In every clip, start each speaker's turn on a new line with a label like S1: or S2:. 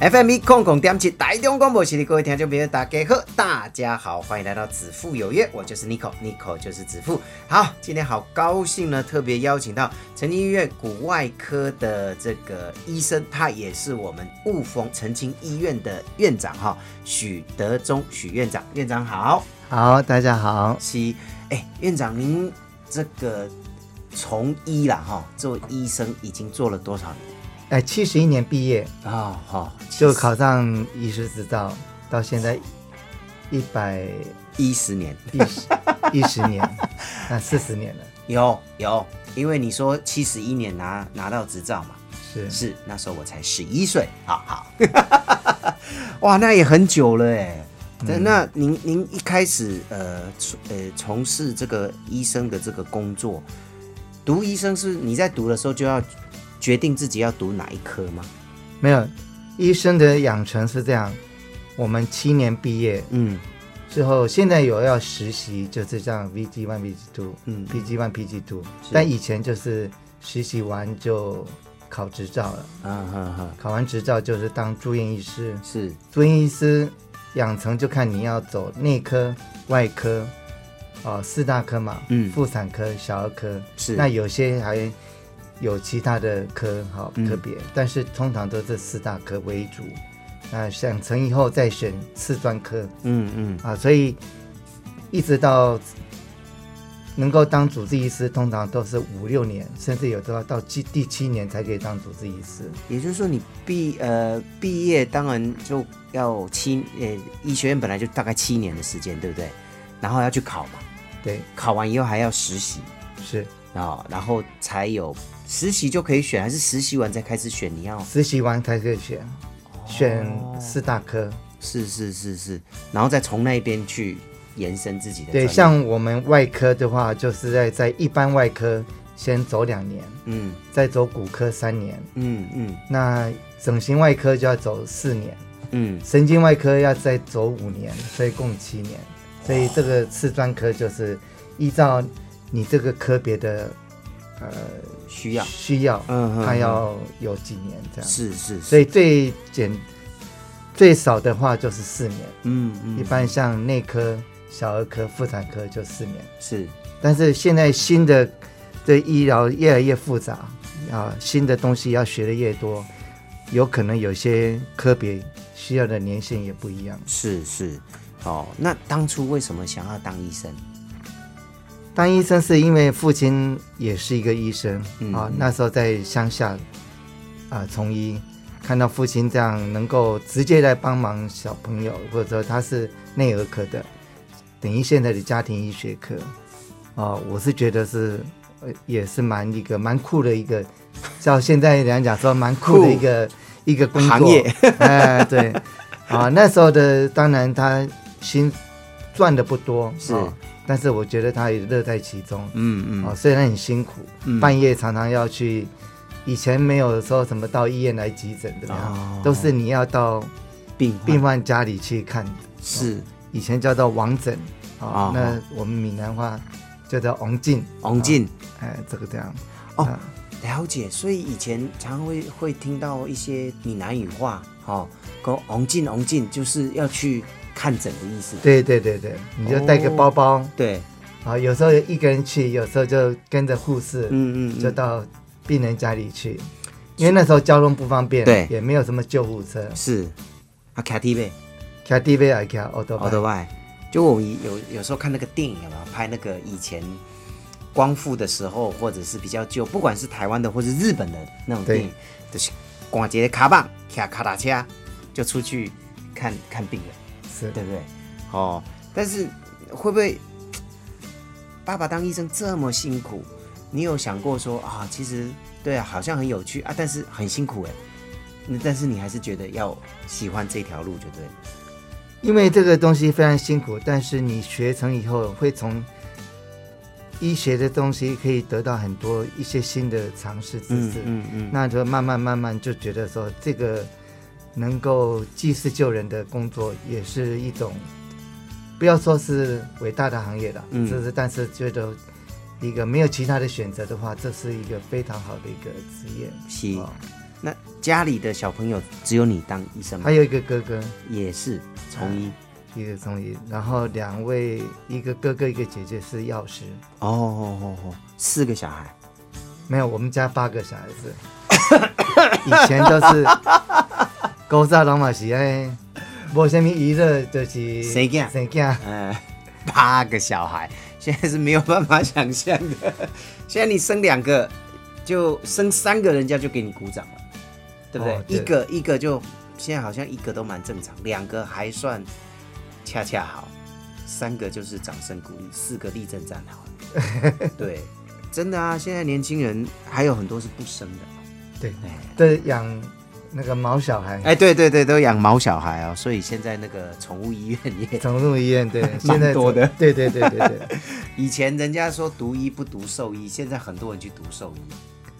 S1: FM 一空空点起，台中广播系列各位听众朋友，大家好，大家好，欢迎来到子父有约，我就是 Nico，Nico 就是子父。好，今天好高兴呢，特别邀请到陈经医院骨外科的这个医生，他也是我们雾峰澄清医院的院长哈，许德忠许院长，院长好，
S2: 好，大家好。
S1: 七，哎，院长您这个从医啦哈，做医生已经做了多少年？
S2: 哎，七十一年毕业
S1: 啊、哦，好、哦，
S2: 就考上医师执照，到现在一百
S1: 一十年，
S2: 一十一十年，啊，四十年了。
S1: 有有，因为你说七十一年拿拿到执照嘛，
S2: 是
S1: 是，那时候我才十一岁，好好， 哇，那也很久了哎。嗯、那您您一开始呃呃从事这个医生的这个工作，读医生是你在读的时候就要。决定自己要读哪一科吗？
S2: 没有，医生的养成是这样：我们七年毕业，
S1: 嗯，
S2: 之后现在有要实习，就是像 VG One、VG Two，
S1: 嗯
S2: ，PG One、PG Two。但以前就是实习完就考执照了，
S1: 啊哈哈，
S2: 考完执照就是当住院医师，
S1: 是
S2: 住院医师养成就看你要走内科、外科，哦、呃，四大科嘛，
S1: 嗯，
S2: 妇产科、小儿科，
S1: 是
S2: 那有些还。有其他的科哈
S1: 嗯
S2: 科别，但是通常都是四大科为主。那想成以后再选四专科
S1: 嗯嗯，
S2: 啊，所以一直到能够当主治医师，通常都是五六年，甚至有的要到七第七年才可以当主治医师。
S1: 也就是说你毕呃毕业当然就要七呃医学院本来就大概七年的时间，对不对？然后要去考嘛，
S2: 对，
S1: 考完以后还要实习
S2: 是
S1: 啊，然后才有实习就可以选，还是实习完再开始选你要？
S2: 实习完才可以选，
S1: 哦
S2: 选四大科。
S1: 是是是是，然后再从那边去延伸自己的专
S2: 对，
S1: 业
S2: 像我们外科的话，就是在在一般外科先走两年，
S1: 嗯
S2: 再走骨科三年。
S1: 嗯嗯
S2: 那整形外科就要走四年，
S1: 嗯，
S2: 神经外科要再走五年，所以共七年。所以这个次专科就是依照你这个科别的呃
S1: 需要
S2: 需要，
S1: 嗯嗯
S2: 它要有几年这样。
S1: 是是是，
S2: 所以最简最少的话就是四年，
S1: 嗯嗯，
S2: 一般像内科、小儿科、妇产科就四年。
S1: 是
S2: 但是现在新的这医疗越来越复杂啊，新的东西要学的越多，有可能有些科别需要的年限也不一样。
S1: 是是，哦，那当初为什么想要当医生？
S2: 当医生是因为父亲也是一个医生、
S1: 嗯
S2: 啊，那时候在乡下啊从医，看到父亲这样能够直接来帮忙小朋友，或者说他是内儿科的，等于现在的家庭医学科啊，我是觉得是呃也是蛮一个蛮酷的一个，照现在人家讲说蛮酷的一个一个工作
S1: 行业，
S2: 哎对啊，那时候的当然他薪赚的不多
S1: 是
S2: 啊但是我觉得他也乐在其中。
S1: 嗯
S2: 哦，，虽然很辛苦，半夜常常要去，以前没有说什么到医院来急诊怎么样，
S1: 哦
S2: 都是你要到
S1: 病
S2: 病患家里去看，
S1: 是
S2: 以前叫做王诊，
S1: 哦
S2: 哦，那我们闽南话就叫王进，
S1: 王进
S2: 哎，这个这样，
S1: 哦
S2: 啊
S1: 了解，所以以前常常会会听到一些闽南语话，哦，讲王进王进就是要去看诊的意思。
S2: 对对对对，你就带个
S1: 哦
S2: 包包，
S1: 对，
S2: 啊，有时候一个人去，有时候就跟着护士，
S1: 嗯嗯嗯
S2: 就到病人家里去，因为那时候交通不方便，
S1: 对
S2: 也没有什么救护车，
S1: 是啊，卡蒂贝
S2: 开 D V 还开奥多
S1: 奥德外，就我们有有时候看那个电影有没有拍那个以前。光复的时候，或者是比较旧，不管是台湾的或是日本的那种电影，就是逛街卡棒、卡卡达车，就出去看看病人。
S2: 是
S1: 对不对？哦，但是会不会爸爸当医生这么辛苦？你有想过说啊，其实对啊，好像很有趣啊，但是很辛苦哎。那但是你还是觉得要喜欢这条路，就对了。
S2: 因为这个东西非常辛苦，但是你学成以后，会从医学的东西可以得到很多一些新的尝试知
S1: 嗯
S2: 识，
S1: 嗯嗯，
S2: 那就慢慢慢慢就觉得说，这个能够济世救人的工作，也是一种不要说是伟大的行业了，
S1: 嗯
S2: 就是但是觉得一个没有其他的选择的话，这是一个非常好的一个职业。
S1: 是
S2: 哦
S1: 那家里的小朋友只有你当医生吗
S2: 还？有一个哥哥，
S1: 也是从医
S2: 一个中医，然后两位，一个哥哥，一个姐姐是药师。
S1: 哦哦哦哦，四个小孩，
S2: 没有，我们家八个小孩子，以前都是古早拢嘛是哎，无什么娱乐，就是
S1: 生囝
S2: 生囝。
S1: 呃， 八个小孩，现在是没有办法想象的。现在你生两个，就生三个，人家就给你鼓掌了，对不对？
S2: 哦对
S1: 一个一个就，现在好像一个都蛮正常，两个还算恰恰好，三个就是掌声鼓励，四个立正站 好。对，真的啊，现在年轻人还有很多是不生的。
S2: 对
S1: 哎，
S2: 这养那个毛小孩，
S1: 哎，对对对，都养毛小孩哦，所以现在那个宠物医院也，
S2: 宠物医院对，现在
S1: 多的
S2: 对对对对对，
S1: 以前人家说读医不读兽医，现在很多人去读兽医，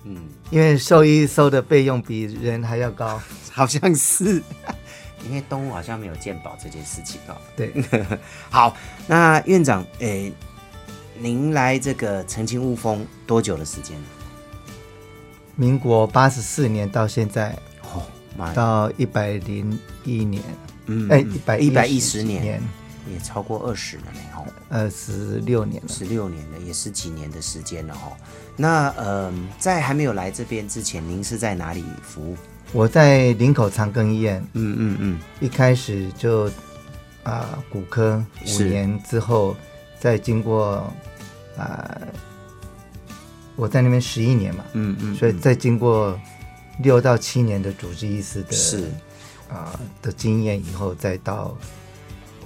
S1: 嗯，
S2: 因为兽医收的费用比人还要高，
S1: 好像是， 因为动物好像没有健保这件事情哦。
S2: 对，
S1: 好，那院长，诶，您来这个澄清雾峰多久的时间了？
S2: 民国八十四年到现在
S1: 哦，妈呀，
S2: 到一百零一年，
S1: 嗯
S2: 哎，一百
S1: 一百一
S2: 十
S1: 十年，，也超过二十了呢，哦。
S2: 二十六年了，
S1: 十六年了，也十几年的时间了哦。那呃，在还没有来这边之前，您是在哪里服务？
S2: 我在林口长庚医院。
S1: 嗯嗯嗯，
S2: 一开始就啊、骨科五
S1: 是
S2: 年之后，再经过啊、我在那边十一年嘛，
S1: 嗯嗯
S2: 所以再经过六到七年的主治医师的
S1: 是
S2: 啊、的经验以后，再到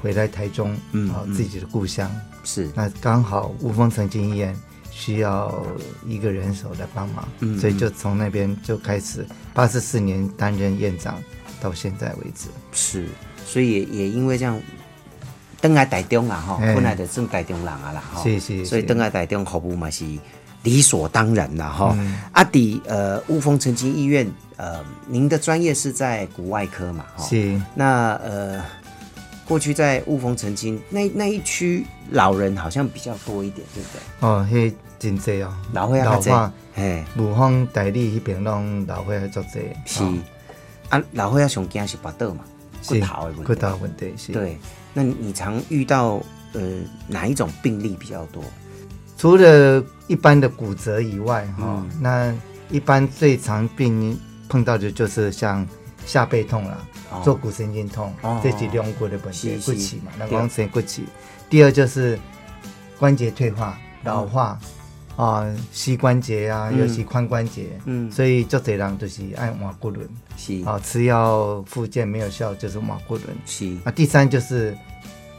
S2: 回来台中，
S1: 嗯
S2: 啊、
S1: 嗯
S2: 自己的故乡，
S1: 是，
S2: 那刚好雾峰曾经医院需要一个人手来帮忙，
S1: 嗯
S2: 所以
S1: 嗯
S2: 就从那边就开始八十四年担任院长，到现在为止。
S1: 是，所以也也因为这样，登来台中啦哈，
S2: 哎
S1: 本来就算台中人啊啦哈，
S2: 是是
S1: 所以
S2: 是
S1: 登来台中服务嘛是理所当然啦哈。
S2: 嗯
S1: 阿迪、呃，雾峰澄清医院呃，您的专业是在骨外科嘛哈？
S2: 是哦
S1: 那呃，过去在雾峰澄清那那一区老人好像比较多一点，对不对？
S2: 哦，迄真济哦，
S1: 老岁仔较
S2: 老
S1: 济
S2: 化，
S1: 嘿，
S2: 武汉台里迄边拢老岁仔足济，
S1: 是、
S2: 哦
S1: 啊，老岁仔上惊是跋倒嘛，骨头的问题。
S2: 骨头问题是。，
S1: 对，那你你常遇到呃哪一种病例比较多？
S2: 除了一般的骨折以外，哈、哦
S1: 嗯
S2: 那一般最常病碰到的就是像下背痛啦，
S1: 哦
S2: 坐骨神经痛，
S1: 哦
S2: 这是两骨的问题，
S1: 是
S2: 骨
S1: 是
S2: 气嘛，那
S1: 对
S2: 讲生骨气。第二就是关节退化、老化。啊、膝关节啊，
S1: 嗯
S2: 尤其髋关节，
S1: 嗯
S2: 所以足侪人就是爱换骨轮，
S1: 是、
S2: 啊，吃药复健没有效就是马过轮。
S1: 是
S2: 啊，第三就是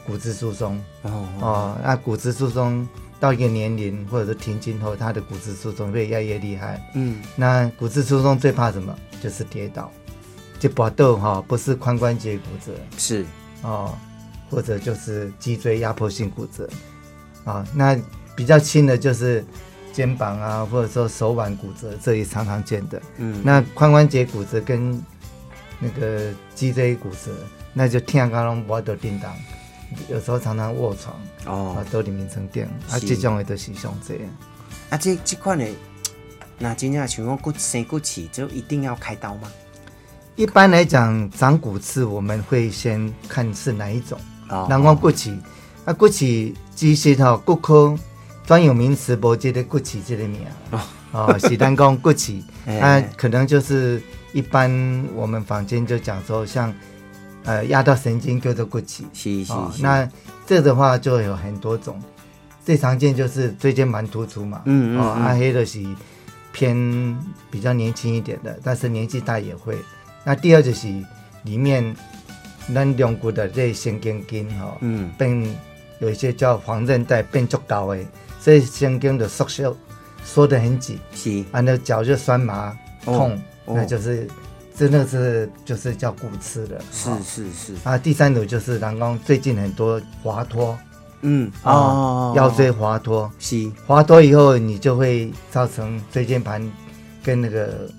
S2: 骨质疏松
S1: 哦
S2: 哦，那骨质疏松到一个年龄或者是停经后，它的骨质疏松会越来越厉害。
S1: 嗯
S2: 那骨质疏松最怕什么？就是跌倒，这搏斗哈，不是髋关节骨折
S1: 是
S2: 哦，或者就是脊椎压迫性骨折啊、那比较轻的就是肩膀啊，或者说手腕骨折，这也常常见的。
S1: 嗯
S2: 那髋关节骨折跟那个脊椎骨折，那就天刚拢无得叮当，有时候常常卧床啊
S1: 哦，，
S2: 都里面床垫啊，
S1: 是
S2: 这种的都是上这样。
S1: 啊这这款的，那真正像我骨生骨刺，就一定要开刀吗？
S2: 一般来讲，长骨刺我们会先看是哪一种，
S1: 哦
S2: 人讲骨刺，啊骨刺其实吼骨科专有名词无这个骨刺这个名，哦，是咱讲骨刺，
S1: 哎
S2: 那可能就是一般我们坊间就讲说像呃压到神经叫做骨刺，
S1: 是是
S2: 哦，
S1: 是，
S2: 那这的话就有很多种，最常见就是椎间盘突出嘛，
S1: 嗯嗯
S2: 哦，
S1: 嗯
S2: 阿黑的是偏比较年轻一点的，但是年纪大也会。那第二就是里面咱两骨的这神经筋哈、哦，
S1: 嗯
S2: 变有一些叫黄韧带变足高的，所以神经的缩小缩得很紧，
S1: 是
S2: 啊，那脚就酸麻
S1: 哦
S2: 痛，
S1: 哦
S2: 那就是这那个是就是叫骨刺了。
S1: 是是是，
S2: 啊，第三种就是人讲最近很多滑脱
S1: 嗯
S2: 啊，腰椎滑脱，
S1: 哦是
S2: 滑脱以后你就会造成椎间盘跟那个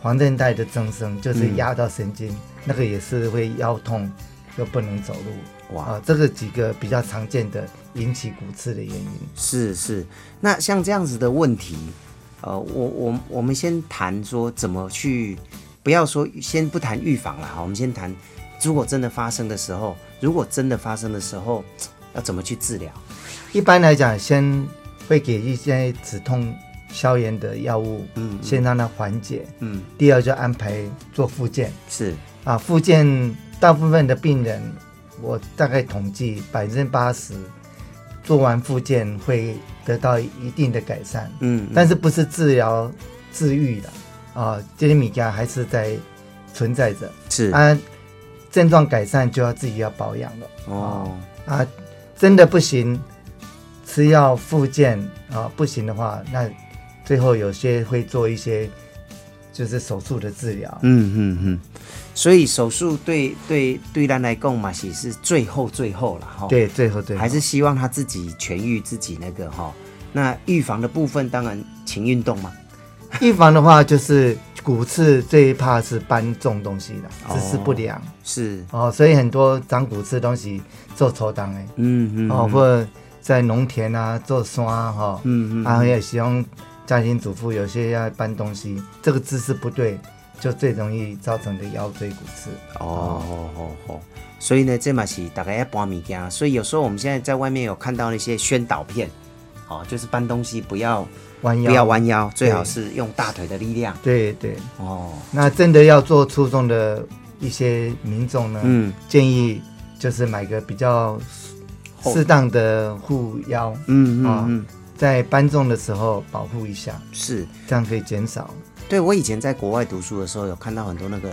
S2: 黄韧带的增生，就是
S1: 嗯
S2: 压到神经，那个也是会腰痛，又不能走路
S1: 哇，
S2: 啊。这个几个比较常见的引起骨刺的原因。
S1: 是是。那像这样子的问题，呃，我我我们先谈说怎么去，不要说先不谈预防了哈，我们先谈，如果真的发生的时候，如果真的发生的时候，要怎么去治疗？
S2: 一般来讲，先会给一些止痛消炎的药物，
S1: 嗯嗯
S2: 先让它缓解。
S1: 嗯，
S2: 第二就安排做复健
S1: 是
S2: 啊，复健大部分的病人，我大概统计百分之八十做完复健会得到一定的改善，
S1: 嗯，
S2: 但
S1: 是
S2: 是不是治疗治愈的啊，这些米家还是在存在着
S1: 是
S2: 啊，症状改善就要自己要保养了。
S1: 哦，
S2: 啊，真的不行，吃药复健啊，不行的话，那最后有些会做一些就是手术的治疗。
S1: 嗯嗯嗯。所以手术对对对咱来讲嘛，是是最后最后了哈。。
S2: 对，最后对，
S1: 还是希望他自己痊愈自己那个哈。那预防的部分，当然勤运动嘛。
S2: 预防的话，就是骨刺最怕是搬重东西
S1: 哦
S2: 的，姿势不良
S1: 是，
S2: 哦所以很多长骨刺的东西做抽档哎，
S1: 嗯嗯，
S2: 哦，或者在农田啊做山啊哈、
S1: 嗯嗯
S2: 啊，也希望家庭主妇有些要搬东西，这个姿势不对，就最容易造成的腰椎骨刺。
S1: 哦哦哦哦。所以呢，这嘛是大概要搬物件，所以有时候我们现在在外面有看到那些宣导片，哦，就是搬东西不要
S2: 弯
S1: 不
S2: 腰，
S1: 要弯腰，最好
S2: 对
S1: 是用大腿的力量。
S2: 对对，
S1: 哦，
S2: 那真的要做粗重的一些民众呢，
S1: 嗯
S2: 建议就是买个比较
S1: 厚
S2: 适当的护腰，
S1: 嗯嗯
S2: 啊
S1: 嗯，
S2: 在搬重的时候保护一下，
S1: 是。
S2: 这样可以减少。
S1: 对我以前在国外读书的时候，有看到很多那个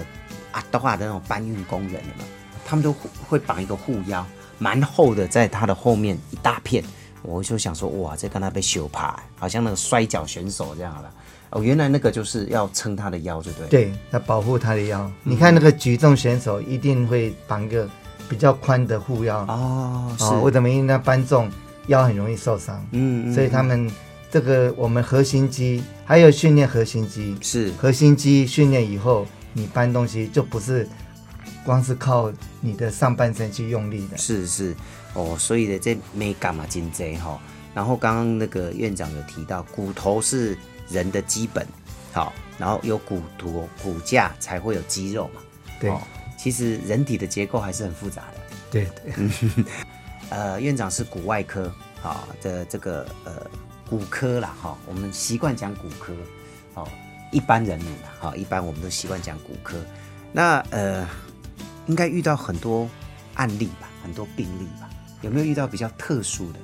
S1: 阿德华的那种搬运工人有没有他们都会会绑一个护腰，蛮厚的，在他的后面一大片。我就想说，哇，这跟他被修怕，好像那个摔跤选手这样了。哦，原来那个就是要撑他的腰，就对。，
S2: 对，要保护他的腰。
S1: 嗯
S2: 你看那个举重选手一定会绑一个比较宽的护腰，
S1: 哦，是，
S2: 啊，为什么？因为他搬重，腰很容易受伤，
S1: 嗯嗯
S2: 所以他们这个我们核心肌还有训练核心肌，
S1: 是
S2: 核心肌训练以后，你搬东西就不是光是靠你的上半身去用力的。
S1: 是是，哦，所以呢，这没干嘛进这哈。然后刚刚那个院长有提到，骨头是人的基本，好，然后有骨头骨架才会有肌肉嘛。
S2: 对、
S1: 哦其实人体的结构还是很复杂的。
S2: 对对，
S1: 呃，院长是骨外科啊、的这个呃骨科啦哈、我们习惯讲骨科，哦，一般人民啦哦哈、一般我们都习惯讲骨科。那呃，应该遇到很多案例吧，很多病例吧，有没有遇到比较特殊的？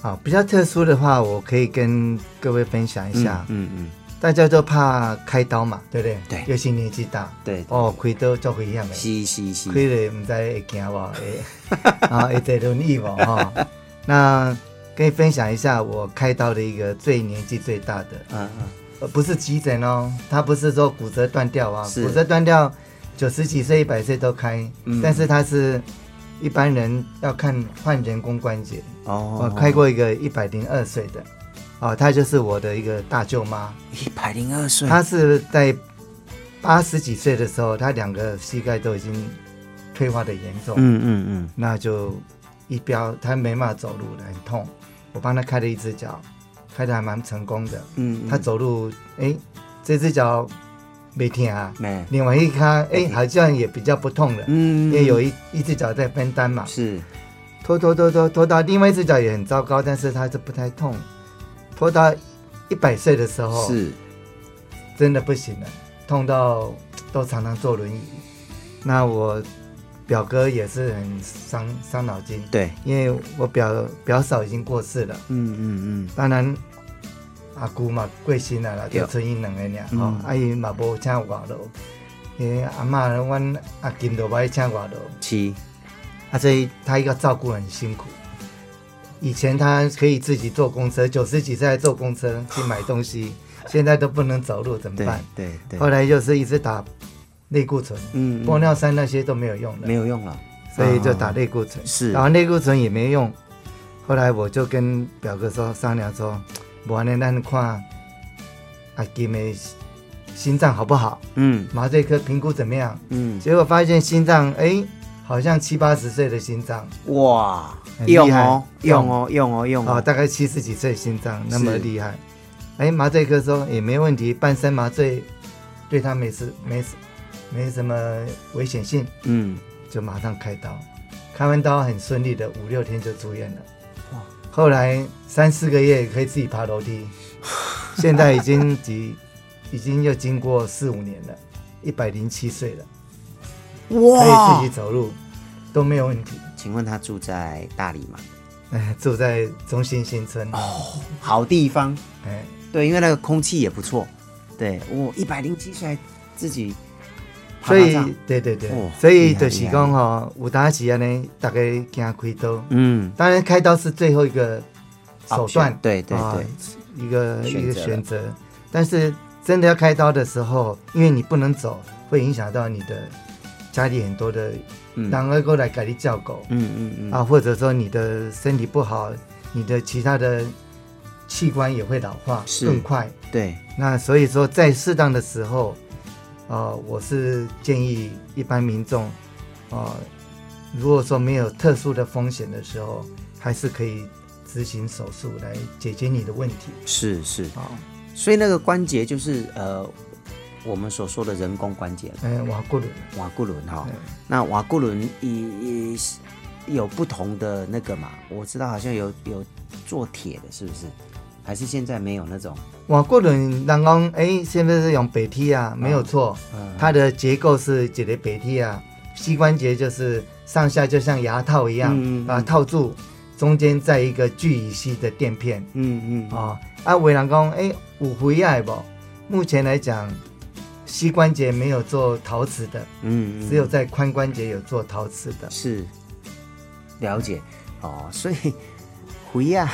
S2: 好，比较特殊的话，我可以跟各位分享一下。
S1: 嗯嗯，
S2: 大家都怕开刀嘛，对不对？
S1: 对
S2: 尤其年纪大，
S1: 对对
S2: 哦，开刀做危险的。
S1: 是是是，
S2: 开了唔知道会 惊无，会啊会坐轮椅无哈。哦那跟你分享一下我开刀的一个最年纪最大的，
S1: 嗯嗯，
S2: 呃，不是急诊哦，他不是说骨折断掉啊，
S1: 是
S2: 骨折断掉九十几岁、一百岁都开，
S1: 嗯
S2: 但是他是一般人要看换人工关节。我
S1: 哦，
S2: 开过一个一百零二岁的，哦，她就是我的一个大舅妈，
S1: 一百零二岁，
S2: 她是在八十几岁的时候，她两个膝盖都已经退化的严重，
S1: 嗯嗯嗯，
S2: 那就一标，他没办法走路了，很痛。我帮他开了一只脚，开的还蛮成功的。
S1: 嗯
S2: 他走路，哎、这只脚没疼啊。
S1: 没，
S2: 另外一看，哎、好像也比较不痛了，
S1: 嗯
S2: 因为有一一只脚在分担嘛。
S1: 是
S2: 拖拖拖拖拖到另外一只脚也很糟糕，但是它是不太痛。拖到一百岁的时候，
S1: 是，
S2: 真的不行了，痛到都常常坐轮椅。那我表哥也是很伤伤脑筋，
S1: 对，
S2: 因为我表表嫂已经过世了，
S1: 嗯嗯
S2: 当然阿姑嘛过身了啦，
S1: 对
S2: 就剩伊两个尔吼、
S1: 嗯
S2: 啊伊嘛无请外劳，因为阿嬷阮阿金都无爱请外劳，
S1: 嗯，七，
S2: 啊所以她要照顾很辛苦。 以前她可以自己坐公车，九十几岁还坐公车去买东西，现在都不能走路，怎么
S1: 对
S2: 办？
S1: 对对，
S2: 后来就是一直打类固醇，
S1: 嗯
S2: 玻尿酸那些都没有用了
S1: 没，有用了，
S2: 所以就打类固醇。
S1: 是
S2: 打完类固醇也没用。后来我就跟表哥说商量说，我呢，咱看阿金的心脏好不好，
S1: 嗯
S2: 麻醉科评估怎么样？
S1: 嗯，
S2: 结果发现心脏，哎，好像七八十岁的心脏，
S1: 哇，
S2: 很厉害
S1: 用哦用哦用哦用
S2: 哦，
S1: 哦，
S2: 大概七十几岁心脏那么
S1: 是
S2: 厉害。哎，麻醉科说也没问题，半身麻醉对他没事没事没什么危险性，
S1: 嗯
S2: 就马上开刀。开完刀很顺利的，五六天就出院了。后来三四个月可以自己爬 楼梯，现在已经几已经又经过四五年了，一百零七岁了，可以
S3: 哇
S2: 自己走路都没有问题。
S1: 请问他住在大理吗？
S2: 哎，住在中心新村，
S1: 哦好地方，
S2: 哎，
S1: 对，因为那个空气也不错，对我哦一百零七岁还自己爬
S2: 所
S1: 爬
S2: 以
S1: 山，
S2: 对对对，
S1: 哦
S2: 所
S1: 厉
S2: 以
S1: 害
S2: 就是
S1: 厉害
S2: 讲吼、有当时安尼，大家惊开刀，
S1: 嗯，
S2: 当然开刀是最后一个手
S1: Option，
S2: 段，
S1: 对对
S2: 啊
S1: 对
S2: 一个
S1: 选择了
S2: 一个选择。但是真的要开刀的时候，因为你不能走，会影响到你的家里很多的
S1: 嗯
S2: 人儿过来给你叫狗、
S1: 嗯嗯嗯
S2: 啊，或者说你的身体不好，你的其他的器官也会老化
S1: 是
S2: 更快。
S1: 对，
S2: 那所以说，在适当的时候，呃，我是建议一般民众，呃，如果说没有特殊的风险的时候，还是可以执行手术来解决你的问题
S1: 是是，
S2: 啊。
S1: 所以那个关节就是呃，我们所说的人工关节
S2: 嗯、瓦固伦，
S1: 瓦固轮哈
S2: 对。
S1: 那瓦固轮一一有不同的那个嘛，我知道好像有有做铁的，是不是？还是现在没有那种？
S2: 瓦固伦，人讲哎，现在是用北梯啊，
S1: 哦
S2: 没有错，
S1: 嗯
S2: 它的结构是解的北梯啊，膝关节就是上下就像牙套一样
S1: 嗯嗯
S2: 把它套住，中间在一个聚乙烯的垫片。
S1: 嗯嗯
S2: 哦，啊，为人讲，诶，有回爱不？目前来讲，膝关节没有做陶瓷的，
S1: 嗯嗯
S2: 只有在髋关节有做陶瓷的。
S1: 是了解哦，所以回亚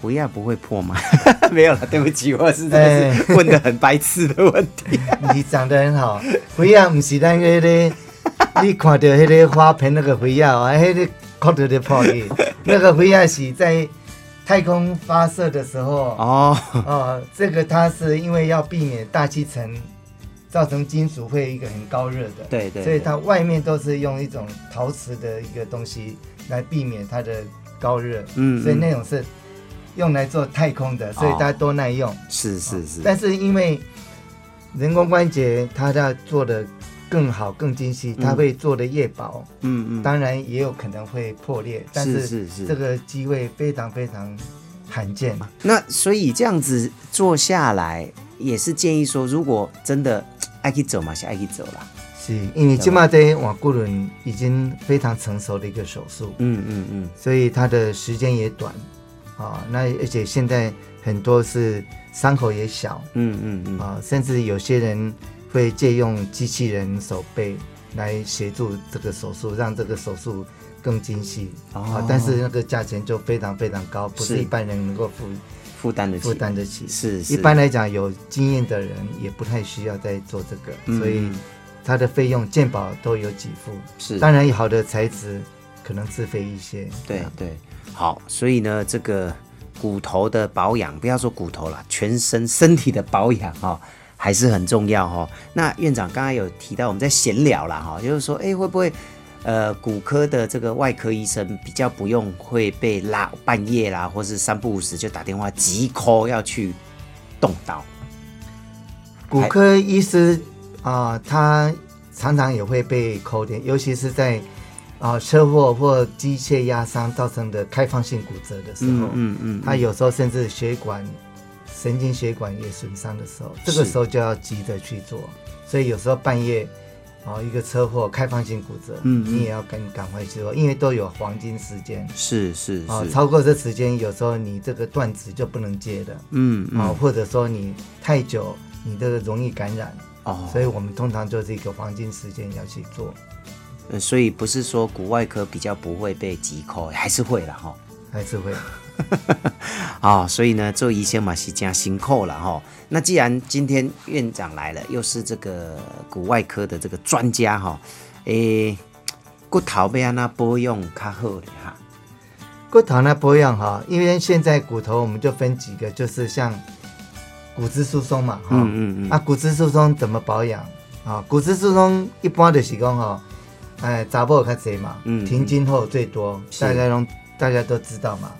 S1: 回亚不会破吗？ 没有了，对不起，我是真的是问的很白痴的问题。
S2: 你长得很好，回爱不是咱那个，你看到那个花盆那个回爱啊，那个看到的破去，那个回爱是在太空发射的时候，哦、
S1: 哦，
S2: 这个它是因为要避免大气层。造成金属会一个很高热的，
S1: 对对
S2: 所以
S1: 对
S2: 它外面都是用一种陶瓷的一个东西来避免它的高热，
S1: 嗯
S2: 所以那种是用来做太空的，所以大家都耐用。
S1: 是是哦是，
S2: 但是因为人工关节它要做的更好、更精细，它会做的越薄，
S1: 嗯嗯，
S2: 当然也有可能会破裂，但
S1: 是是
S2: 这个机会非常非常罕见。
S1: 那所以这样子做下来，也是建议说，如果真的爱去走嘛，是爱去走啦。
S2: 是因为今马在瓦固伦已经非常成熟的一个手术，
S1: 嗯嗯嗯，
S2: 所以它的时间也短啊。那而且现在很多是伤口也小
S1: 嗯嗯嗯，
S2: 啊，甚至有些人会借用机器人手背来协助这个手术，让这个手术更精细、
S1: 哦
S2: 啊。但是那个价钱就非常非常高，不
S1: 是
S2: 是一般人能够负
S1: 负担得起，
S2: 负担得起。
S1: 是是
S2: 一般来讲，有经验的人也不太需要再做这个，
S1: 嗯
S2: 所以它的费用健保都有给付。
S1: 是
S2: 当然，好的材质可能自费一些。啊
S1: 对对，好，所以呢，这个骨头的保养，不要说骨头了，全身 身体的保养哦，还是很重要哦。那院长刚刚有提到，我们在闲聊啦哈、哦，就是说，哎，会不会呃，骨科的这个外科医生比较不用会被拉半夜啦，或是三不五时就打电话急 call 要去动刀？
S2: 骨科医师啊、他常常也会被扣点，尤其是在啊、车祸或机械压伤造成的开放性骨折的时候，
S1: 嗯嗯
S2: 他有时候甚至血管、神经血管也损伤的时候，这个时候就要急着去做。所以有时候半夜啊、一个车祸开放性骨折，
S1: 嗯嗯
S2: 你也要赶赶快去做，因为都有黄金时间
S1: 是是是，
S2: 啊、超过这时间，有时候你这个断指就不能接的。
S1: 嗯
S2: 啊、
S1: 嗯
S2: 或者说你太久，你这个容易感染，
S1: 哦
S2: 所以我们通常就是一个黄金时间要去做，
S1: 呃所以不是说骨外科比较不会被急 call，还是会啦哈、
S2: 还是会
S1: 啊、所以呢，做医生嘛是加辛苦了哈、那既然今天院长来了，又是这个骨外科的这个专家哈、诶、骨头要安那保养较好咧哈。
S2: 骨头呢保养哈，因为现在骨头我们就分几个，就是像骨质疏松嘛哈，
S1: 嗯嗯嗯
S2: 啊骨质疏松怎么保养啊？骨质疏松一般就是讲哈，哎，查某较侪嘛，
S1: 嗯嗯
S2: 停经后最多，
S1: 是
S2: 大家都大家都知道嘛，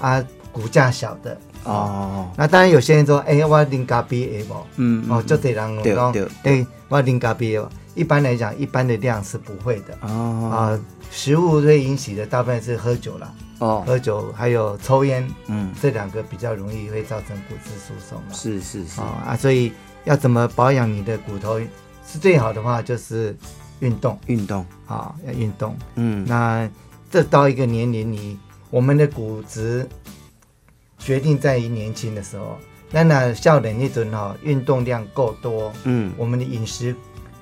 S2: 啊骨架小的哦。
S1: 哦，
S2: 那当然，有些人说，哎、我啉咖啡会无？
S1: 嗯
S2: 哦，
S1: 嗯
S2: 就得人
S1: 对
S2: 讲，
S1: 对
S2: 哎、我啉咖啡会无？一般来讲，一般的量是不会的。
S1: 哦
S2: 啊，食物会引起的大部分是喝酒啦，
S1: 哦，
S2: 喝酒还有抽烟，
S1: 嗯，
S2: 这两个比较容易会造成骨质疏松啦。
S1: 是是是，
S2: 啊、啊，所以要怎么保养你的骨头？是最好的话就是运动
S1: 运动，
S2: 啊，要运动。
S1: 嗯，
S2: 那这到一个年龄，你我们的骨质决定在于年轻的时候。那那笑脸那阵哈，运动量够多，
S1: 嗯
S2: 我们的饮食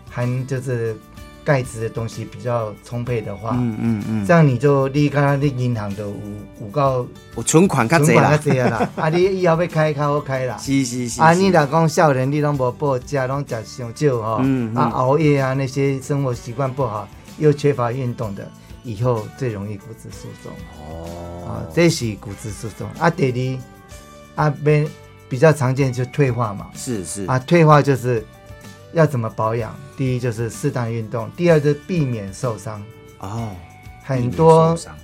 S2: 含就是钙质的东西比较充沛的话，
S1: 嗯嗯嗯，
S2: 这样你就你刚刚那银行的五五高
S1: 我存款较侪啦，
S2: 这样啦，啊你以后要开较好开啦。
S1: 是是是，
S2: 啊，
S1: 是
S2: 你若讲少年，你拢无报价，拢食伤少吼、
S1: 嗯嗯
S2: 啊熬夜啊那些生活习惯不好，又缺乏运动的，以后最容易骨质疏松。啊
S1: 哦，，
S2: 这是骨质疏松。啊，第二，啊边比较常见就退化嘛。
S1: 是是
S2: 啊，退化就是要怎么保养？第一就是适当运动，第二就是避免受伤。
S1: 哦，避
S2: 很
S1: 免
S2: 多
S1: 受伤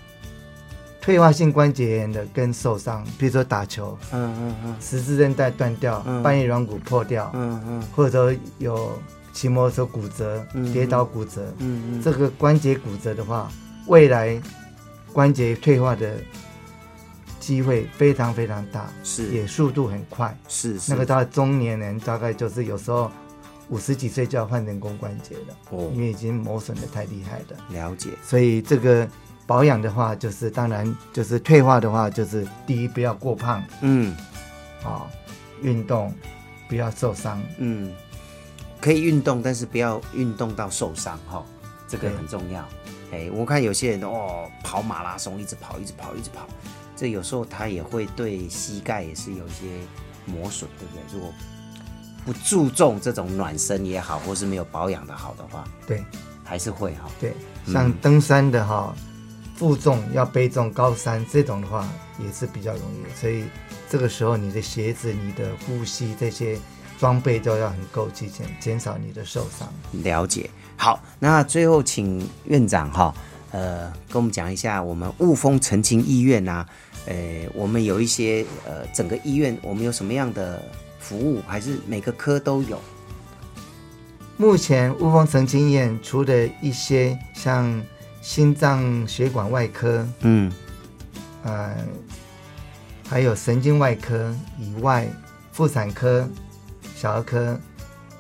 S2: 退化性关节炎的跟受伤，比如说打球，
S1: 嗯嗯嗯
S2: 十字韧带断掉，
S1: 嗯
S2: 半月软骨破掉，
S1: 嗯嗯
S2: 或者说有骑摩托车骨折、
S1: 嗯
S2: 跌倒骨折，
S1: 嗯嗯，
S2: 这个关节骨折的话，未来关节退化的机会非常非常大，
S1: 是
S2: 也速度很快。
S1: 是是
S2: 那个到中年人大概就是有时候五十几岁就要换人工关节了，
S1: 哦
S2: 因为已经磨损的太厉害了。
S1: 了解，
S2: 所以这个保养的话，就是当然就是退化的话，就是第一不要过胖啊、
S1: 嗯
S2: 运动不要受伤，
S1: 嗯，可以运动，但是不要运动到受伤哈、这个
S2: 对
S1: 很重要。哎，我看有些人哦跑马拉松，一直跑，一直跑，一直跑，这有时候他也会对膝盖也是有一些磨损，对不对？如果不注重这种暖身也好，或是没有保养的好的话，
S2: 对。
S1: 还是会哈、
S2: 对，
S1: 嗯
S2: 像登山的哈、负重要背重高山这种的话也是比较容易的，所以这个时候你的鞋子、你的呼吸这些装备都要很够，去减减少你的受伤。
S1: 了解。好，那最后请院长哈、呃，跟我们讲一下我们雾峰澄清医院啊，呃，我们有一些呃，整个医院我们有什么样的服务，还是每个科都有？
S2: 目前雾峰神经医院除了一些像心脏血管外科、
S1: 嗯，
S2: 呃，还有神经外科以外，妇产科、小儿科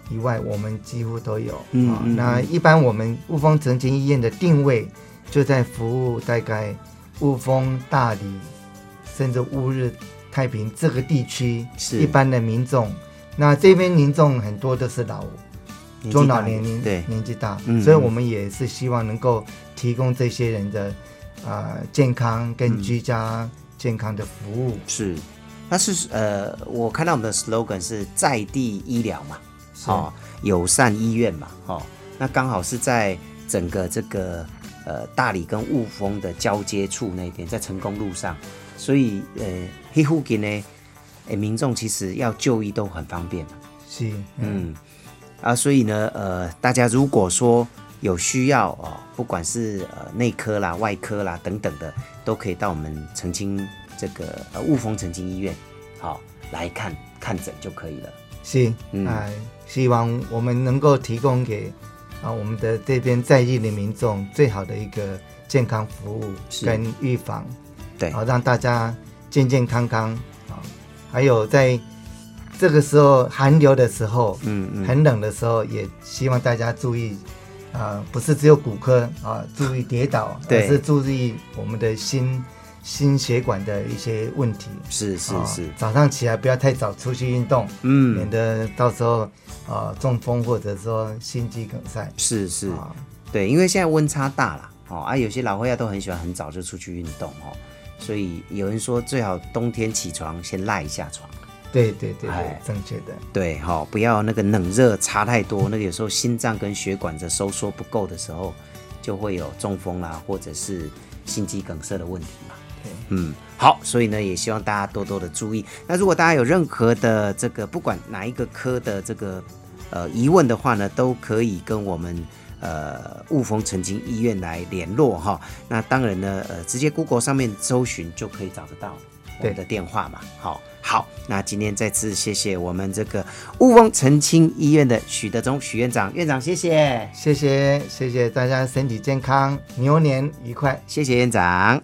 S2: 以外，我们几乎都有。
S1: 嗯
S2: 啊
S1: 嗯
S2: 那
S1: 嗯
S2: 一般我们雾峰神经医院的定位就在服务大概雾峰、大理，甚至乌日、太平这个地区
S1: 是
S2: 一般的民众。那这边民众很多都是老
S1: 纪
S2: 中
S1: 大
S2: 老年
S1: 一点
S2: 龄
S1: 对
S2: 年纪大，
S1: 嗯
S2: 所以我们也是希望能够提供这些人的啊、呃健康
S1: 嗯
S2: 跟居家健康的服务。
S1: 是，那是呃，我看到我们的 slogan 是在地医疗嘛，
S2: 是
S1: 哦，友善医院嘛，哦，那刚好是在整个这个呃大理跟雾峰的交接处那一边，在成功路上，所以呃，黑附近呢，诶，民众其实要就医都很方便
S2: 是，嗯，
S1: 嗯，啊，所以呢，呃，大家如果说有需要哦，不管是呃内科啦、外科啦等等的，都可以到我们澄清这个呃雾峰澄清医院，好、来看看诊就可以了。
S2: 是，
S1: 嗯
S2: 啊、希望我们能够提供给啊、我们的这边在地的民众最好的一个健康服务
S1: 是
S2: 跟预防，
S1: 对
S2: 好、让大家健健康康啊、还有在这个时候寒流的时候，
S1: 嗯嗯
S2: 很冷的时候，也希望大家注意，啊、不是只有骨科啊、注意跌倒，而
S1: 对
S2: 是注意我们的心心血管的一些问题。
S1: 是是
S2: 啊
S1: 是，
S2: 早上起来不要太早出去运动，免
S1: 嗯，
S2: 得到时候啊、中风或者说心肌梗塞。
S1: 是是，
S2: 啊，
S1: 对，因为现在温差大啦，哦啊，有些老会啊都很喜欢很早就出去运动哦，所以有人说最好冬天起床先赖一下床，
S2: 对对对对
S1: 哎，
S2: 正确的，
S1: 对哈、不要那个冷热差太多，那个有时候心脏跟血管的收缩不够的时候，就会有中风啦、或者是心肌梗塞的问题嘛。
S2: 对。
S1: 嗯，好，所以呢，也希望大家多多的注意。那如果大家有任何的这个，不管哪一个科的这个呃疑问的话呢，都可以跟我们呃雾峰澄清医院来联络哈。那当然呢，呃，直接 Google 上面搜寻就可以找得到我们的电话嘛。好，好，那今天再次谢谢我们这个雾峰澄清医院的许德忠许院长，院长谢谢，
S2: 谢谢谢谢大家，身体健康，牛年愉快。
S1: 谢谢院长。